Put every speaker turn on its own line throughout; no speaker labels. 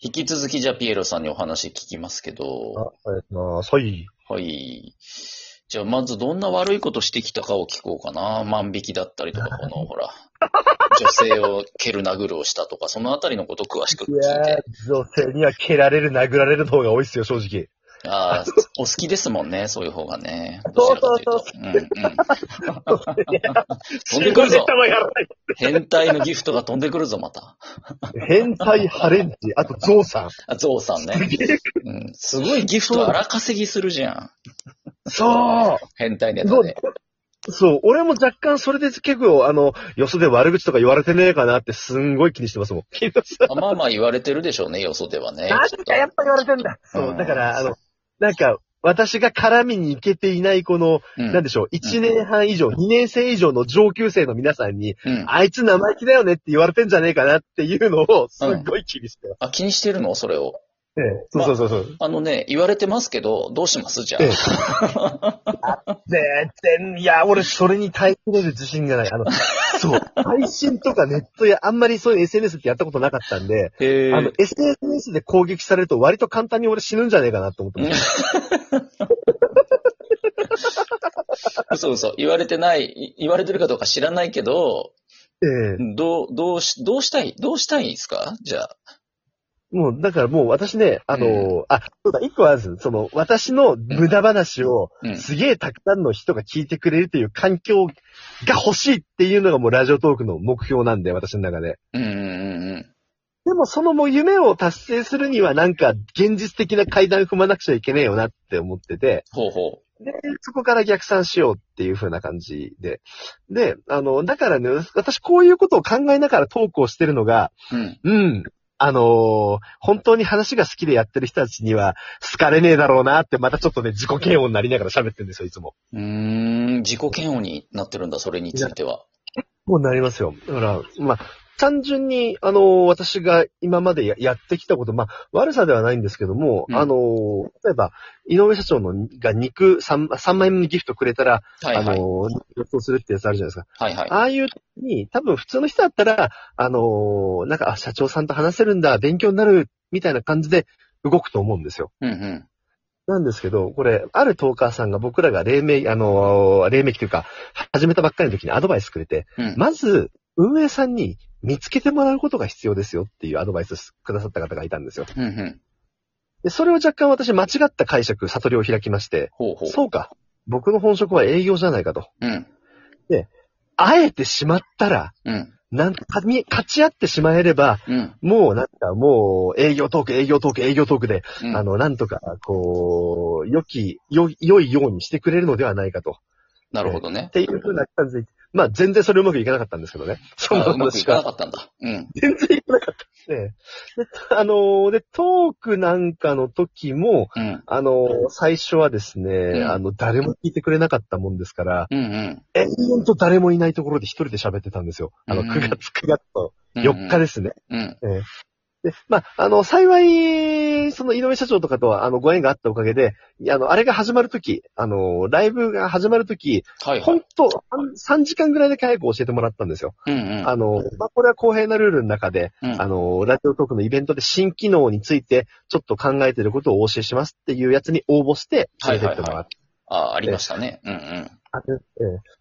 引き続きじゃあピエロさんにお話聞きますけ
あ、
ど、
お願いします。はい。
はい。じゃあまずどんな悪いことしてきたかを聞こうかな。万引きだったりとか、こ のほら、女性を蹴る殴るをしたとか、そのあたりのことを詳しく聞
い
い
やー
て。、
女性には蹴られる、殴られるの方が多いっすよ、正直。
ああ、お好きですもんね、そういう方がね。
そうそうそ
ど
う
ちらかというとうんうん。 飛んでくるぞ
頭やらない
変態のギフトが飛んでくるぞ、また。
変態ハレンチ、あとゾウさん。
あ、ゾウさんね。うん。すごいギフト荒稼ぎするじゃん。
そ
変態ネ
そ
タ
う
で。
そう、俺も若干それで結構、あの、よそで悪口とか言われてねえかなってすんごい気にしてますもん。気にしてます
あまあまあ言われてるでしょうね、よそではね。
なん
きっと
かやっぱ言われてんだ。そうう、
ん
だから、あの、なんか、私が絡みに行けていないこの、
うん
なんでしょう、1年半以上、2年生以上の上級生の皆さんに、
うん。
あいつ生意気だよねって言われてんじゃねえかなっていうのを、すっごい気にしてます。
あ、気にしてるのそれを。
ええそうそうそうそう。
あのね、言われてますけど、どうしますじゃあ
え。全然、いや、俺、それに耐えきれる自信がない。あ の、そう、配信とかネットや、あんまりそういう SNS ってやったことなかったんで、
へ
あの、SNS で攻撃されると割と簡単に俺死ぬんじゃねえかなって思 ってます。
嘘嘘。言われてない、い言われてるかどうか知らないけど、
ええ
どう、どうし、どうしたいどうしたいんですかじゃあ。
もう、だからもう私ね、あの、あ、そうだ、一個はあるんですその、私の無駄話を、
うん。
すげえたくさんの人が聞いてくれるという環境が欲しいっていうのがもうラジオトークの目標なんで、私の中で。
うんうんうん
でもそのもう夢を達成するにはなんか現実的な階段踏まなくちゃいけねえよなって思ってて、
ほうほ
で、そこから逆算しようっていう風な感じで。で、あの、だからね、私こういうことを考えながらトークをしてるのが、
う。うん。
うん、あのー本当に話が好きでやってる人たちには好かれねえだろうなってまたちょっとね、自己嫌悪になりながら喋ってるんですよ、いつも。
うーん、自己嫌悪になってるんだ、それについては。
もうなりますよ。だから、まあ、単純に、あの私が今までややってきたこと、まあ、悪さではないんですけども、
うん
あの例えば、井上社長のが肉 3, 3枚目のギフトくれたら、
はいはい。
あの予想するってやつあるじゃないですか。
はいはい。
ああいう時に、多分普通の人だったら、あのなんか、あ、社長さんと話せるんだ、勉強になる、みたいな感じで動くと思うんですよ。
うんうん。
なんですけど、これ、あるトーカーさんが僕らが黎明、あの黎明期というか、始めたばっかりの時にアドバイスくれて、
うん。
まず、運営さんに見つけてもらうことが必要ですよっていうアドバイスをくださった方がいたんですよ。
うんうん。
で、それを若干私間違った解釈、悟りを開きまして、
ほうほう。
そうか、僕の本職は営業じゃないかと。
うん。
あえてしまったら、
うん。
なんかみ勝ち合ってしまえれば、
うん。
もうなんかもう営業トーク、営業トーク、営業トークで、
うん
あの、なんとか、こう、良き、良い、良いようにしてくれるのではないかと。
なるほどね
っ。ていうふうな感じで、まあ全然それうまくいかなかったんですけどね。そんな
あうまく
話
いか
が
なかったんだ。うん。
全然いかなかった。ね で、あのーで、トークなんかの時も、
うん。
あのー最初はですね、
ん
あの、誰も聞いてくれなかったもんですから、
うんうん。
延々と誰もいないところで一人で喋ってたんですよ。あの、
うん
9月、9月の
うんうん
4日ですね。
うん。
で、まあ、あの、幸い、その井上社長とかとは、あの、ご縁があったおかげで、いやあの、あれが始まるとき、あの、ライブが始まるとき、
はいは
ほん
い。
と、3時間ぐらいで早く教えてもらったんですよ。
うんうん。
あの、まあ、これは公平なルールの中で、
うん
あの、ラジオトークのイベントで新機能について、ちょっと考えてることをお教えしますっていうやつに応募して、連れてってもらって。
あ、ありましたね。うんうん。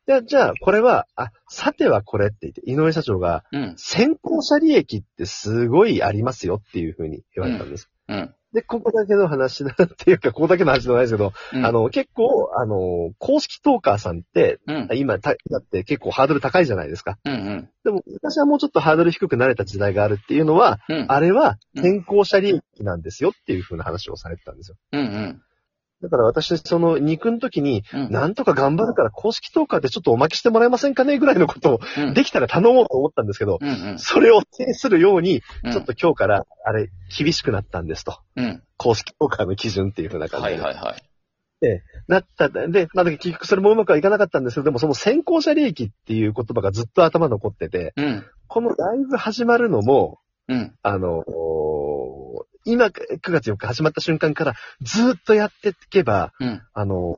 でじゃあ、これは、あ、さてはこれって言って、井上社長が、
うん。
先行者利益ってすごいありますよっていうふうに言われたんです。
うん。
で、ここだけの話な、っていうか、ここだけの話じゃないですけど、
うん
あ、の、結構、あの、公式トーカーさんって、
うん。
今、ただって結構ハードル高いじゃないですか。
うんうん。
でも、昔はもうちょっとハードル低くなれた時代があるっていうのは、
うん。
あれは
うん
先行者利益なんですよっていう風な話をされてたんですよ。
うんうん。
だから私、その肉の時に、
うん。
なんとか頑張るから公式トーカーでちょっとおまけしてもらえませんかねぐらいのことを
うん
できたら頼もうと思ったんですけど、
うんうん。
それを制するように、
うん
ちょっと今日から、あれ、厳しくなったんですと。
うん。
公式トーカーの基準っていう風な感じ
は
で。
いはいはい。
なった。で、まあ、結局それもうまくはいかなかったんですけど、でもその先行者利益っていう言葉がずっと頭残ってて、
うん。
このライブ始まるのも、
うん。
あの、今、9月4日始まった瞬間からずーっとやっていけば、
うん。
あの、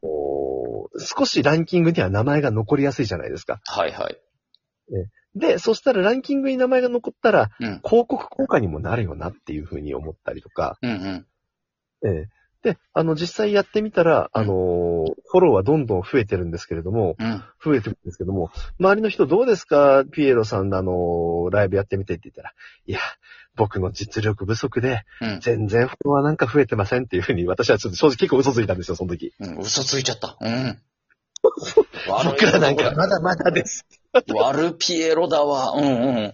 少しランキングには名前が残りやすいじゃないですか。
はいはい。
で、そしたらランキングに名前が残ったら、
うん
広告効果にもなるよなっていうふうに思ったりとか、
うんうん。
ええで、あの、実際やってみたら、
うん
あのーフォローはどんどん増えてるんですけれども、
うん。
増えてるんですけども、周りの人どうですかピエロさんのあのーライブやってみてって言ったら、いや、僕の実力不足で、
うん
全然フォロワーなんか増えてませんっていうふうに、私はちょっと正直結構嘘ついたんですよ、その時。
うん。嘘ついちゃった。 うん。悪
僕
い
らなん
男
か
だ
まだまだです。
悪ピエロだわ。うんうん。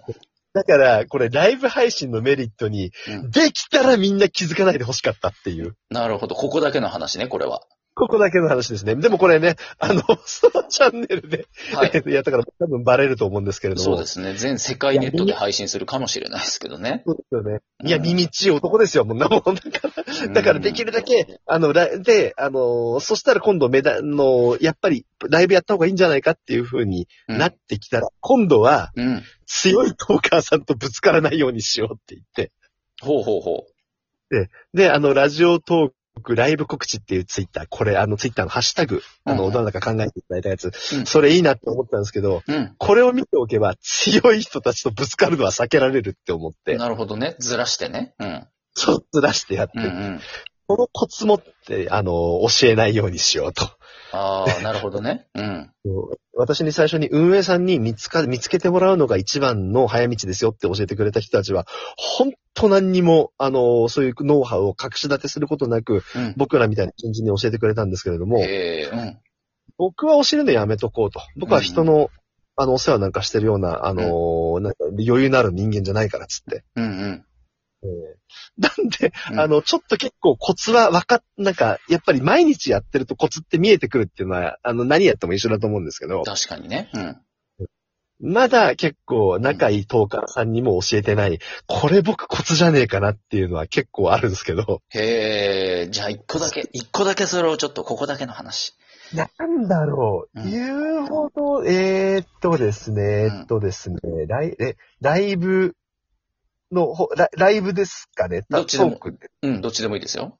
だから、これライブ配信のメリットに、
うん
できたらみんな気づかないで欲しかったっていう。
なるほど。ここだけの話ね、これは。
ここだけの話ですね。でもこれね、あの、そのチャンネルで、
はい。
やったから多分バレると思うんですけれども。
そうですね。全世界ネットで配信するかもしれないですけどね。
そうですよね。
うん
いや、耳ちい男ですよ、もうな もんだから。だからできるだけ、あの、ラで、あの、そしたら今度メダ、あの、やっぱりライブやった方がいいんじゃないかっていう風に
うん
なってきたら、今度は
うん。
強いトーカーさんとぶつからないようにしようって言って。
ほうほうほ
で、あの、ラジオトーク、ライブ告知っていうツイッター、これあのツイッターのハッシュタグ、あ
う
の、
ん
どなたか考えていただいたやつ、
うん
それいいなって思ったんですけど、
う。うん。
これを見ておけば強い人たちとぶつかるのは避けられるって思って、
なるほどね。ずらしてね。うん。
ちょっと出してやって
うんう
て、
ん。
このコツ持って、あの、教えないようにしようと。
ああ、なるほどね。うん。
私に最初に運営さんに見つか、見つけてもらうのが一番の早道ですよって教えてくれた人たちは、本当何にも、あの、そういうノウハウを隠し立てすることなく、
うん。
僕らみたいな人事に教えてくれたんですけれども、
ええうん。
僕は教えるのやめとこうと。僕は人の、あの、お世話なんかしてるような、あの、なんか余裕のある人間じゃないからっつって。
うんうん。
なんで、
うん
あの、ちょっと結構コツはわかっ、なんか、やっぱり毎日やってるとコツって見えてくるっていうのは、あの、何やっても一緒だと思うんですけど、
確かにね。うん。
まだ結構仲いいトーカーさんにも教えてない、これ僕コツじゃねえかなっていうのは結構あるんですけど、
へえ、じゃあ一個だけ、一個だけそれをちょっとここだけの話。
なんだろう、
うん
言うほど、えー、っとですね、え
うん
ーっとですね、ライえライブのほラ、ライブですかね、
どっちでも
トーク
うん、どっちでもいいですよ。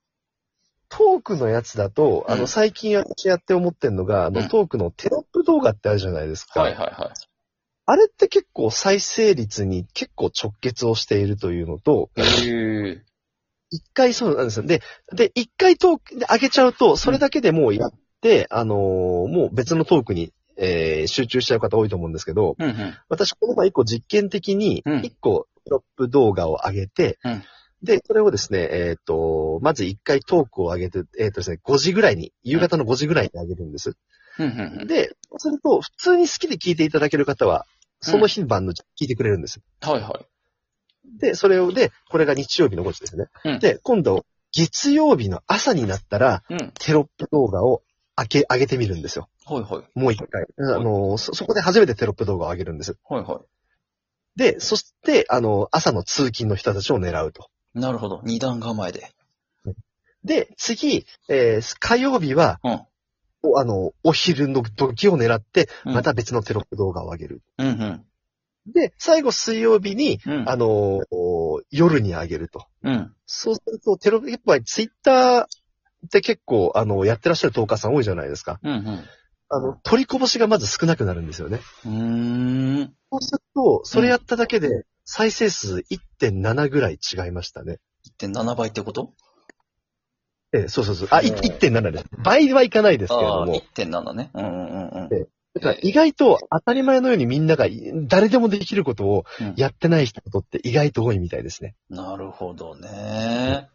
トークのやつだと、あ
う
の、
ん
最近私やって思ってんのが、あ
う
の、
ん
トークのテロップ動画ってあるじゃないですか。
はいはいは
あれって結構再生率に結構直結をしているというのと、
い。へえ。
一回そうなんですよ。で、で、一回トークで上げちゃうと、それだけでもうやって、あのーもう別のトークに、えー集中しちゃう方多いと思うんですけど、
うんうん。
私この前一個実験的に
う、ん
一個テロップ動画を上げて、
うん
で、それをですね、えっ、と、まず一回トークを上げて、えっ、とですね、5時ぐらいに、夕方の5時ぐらいに上げるんです。
うんうんうん。
で、そうすると、普通に好きで聞いていただける方は、その日晩の聞いてくれるんです。
はいはい。
で、それを、で、これが日曜日の5時ですね。
うん
で、今度、月曜日の朝になったら、
うん。
テロップ動画を開け、上げてみるんですよ。
はいはい。
もう一回。あの、そ、そこで初めてテロップ動画を上げるんです。
はいは
で、そして、あの、朝の通勤の人たちを狙うと。
い。なるほど。二段構えで。
で、次、えー火曜日は、
うん
おあの、お昼の時を狙って、
うん
また別のテロップ動画を上げる。
うんうん。
で、最後水曜日に、
うん。
あの、お夜に上げると。
うん。
そうすると、テロ、やっぱりツイッターって結構、あの、やってらっしゃるトーカーさん多いじゃないですか。
うん
あの、取りこぼしがまず少なくなるんですよね。
うん。うーん。
そうすると、それやっただけで、再生数1.7ぐらい違いましたね。
1.7倍ってこと
ええ、そうそうそう。あ、い
うん
1.7です。倍はいかないですけれ
あ
ど
あ、
も。
1.7ね。うんうんうんうん。
だから意外と当たり前のようにみんなが、誰でもできることを
うん
やってない人って意外と多いみたいですね。
なるほどね。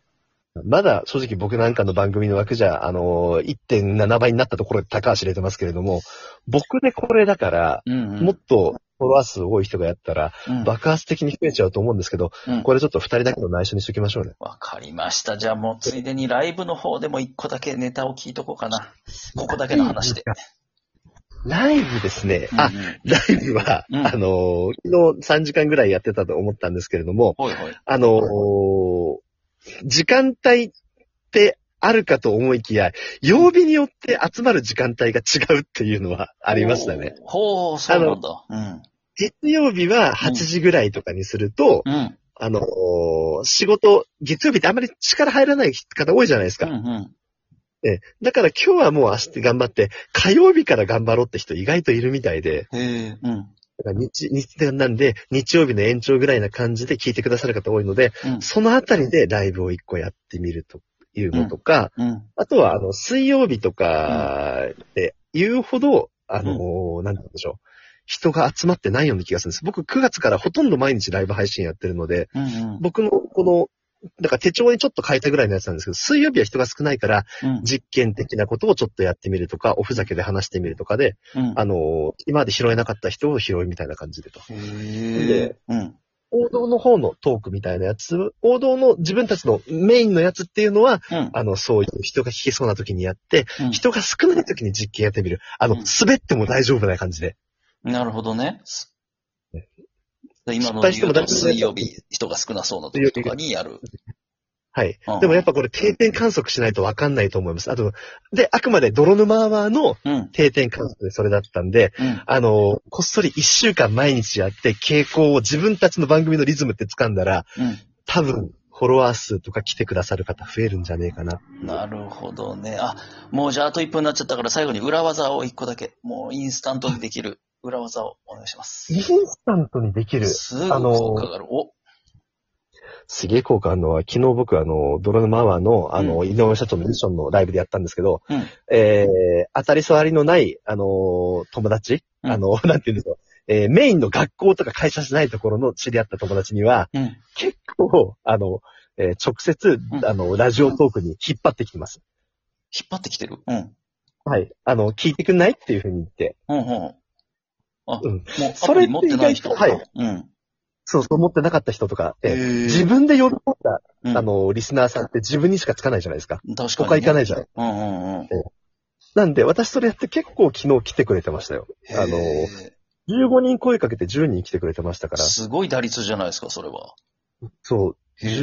まだ正直僕なんかの番組の枠じゃ、あの、1.7倍になったところで高橋入れてますけれども、僕でこれだから、
うんうん。
もっとフォロワー数多い人がやったら、
うん
爆発的に増えちゃうと思うんですけど、
うん
これちょっと二人だけの内緒にしときましょうね。
わかりました。じゃあもうついでにライブの方でも一個だけネタを聞いとこうかな。ここだけの話で。
ライブですね。あ、
うんうん
ライブは、
うん
あの、昨日3時間ぐらいやってたと思ったんですけれども、
ほいほい。
あの、時間帯ってあるかと思いきや、曜日によって集まる時間帯が違うっていうのはありましたね。
ほう、そうなんだ。うん。
月曜日は8時ぐらいとかにすると、
うん。
あの、仕事、月曜日ってあんまり力入らない方多いじゃないです
う
か。
んうん。
ええだから今日はもう明日頑張って、火曜日から頑張ろうって人意外といるみたいで、
へえ、うん。
だから日、日、なんで、日曜日の延長ぐらいな感じで聞いてくださる方多いので、
うん
そのあたりでライブを一個やってみるというのとか、
うん。
あとは、あの、水曜日とかで言うほど、あのー、なんて言うんでしょう。人が集まってないような気がするんです。僕9月からほとんど毎日ライブ配信やってるので、
うん。うん。
僕のこの、だから手帳にちょっと変えたぐらいのやつなんですけど、水曜日は人が少ないから、
うん。
実験的なことをちょっとやってみるとか、おふざけで話してみるとかで、
うん。
あのー今まで拾えなかった人を拾うみたいな感じでと。
へ
で
え。うん。
王道の方のトークみたいなやつ、王道の自分たちのメインのやつっていうのは、
うん。
あの、そういう人が聞けそうな時にやって、
うん
人が少ない時に実験やってみる。あの、
うん
滑っても大丈夫な感じで。
なるほどね。す今の
失敗しても大丈夫
水曜日、人が少なそうな時とかにやる。
はい。
うん
でもやっぱこれ定点観測しないとわかんないと思います。あと、で、あくまで泥沼アワーの
うん。
定点観測でそれだったんで、
うん。
あの、こっそり一週間毎日やって傾向を自分たちの番組のリズムって掴んだら、
う
多分、フォロワー数とか来てくださる方増えるんじゃねえかな。
ん。なるほどね。あ、もうじゃああと1分になっちゃったから最後に裏技を1個だけ。もうインスタントにでき る裏技をお願いします。
インスタントにできる。
すぐ効果がある。お、
すげえ効果あるのは、昨日僕あの、泥沼アワーの、あの、井上社長のミッションのライブでやったんですけど、
うん
えー、当たり障りのない、あのー友達、
うん
あの、 なんて言うんでしょう。えー、メインの学校とか会社じゃないところの知り合った友達には、
うん。
結構、あの、えー直接、
うん
あの、ラジオトークに引っ張ってきてます。
引っ張ってきてる。うん。
はい。あの、聞いてくんないっていうふうに言って。
うんうん。あ、
うん
もうアプリ持ってない人。
それって意外
うん。
そうそう思ってなかった人とか、えー
自
自分で喜んだ、
分
あ、の、リスナーさんって自分にしかつかないじゃないですか。
うん確かに、ね。
他行かないじゃん。
うんうんうん。
なんで、私それやって結構昨日来てくれてましたよ。あの、
へ
15人声かけて10人来てくれてましたか
ー
ら、
すごい打率じゃないですか、それは。
そう、
へー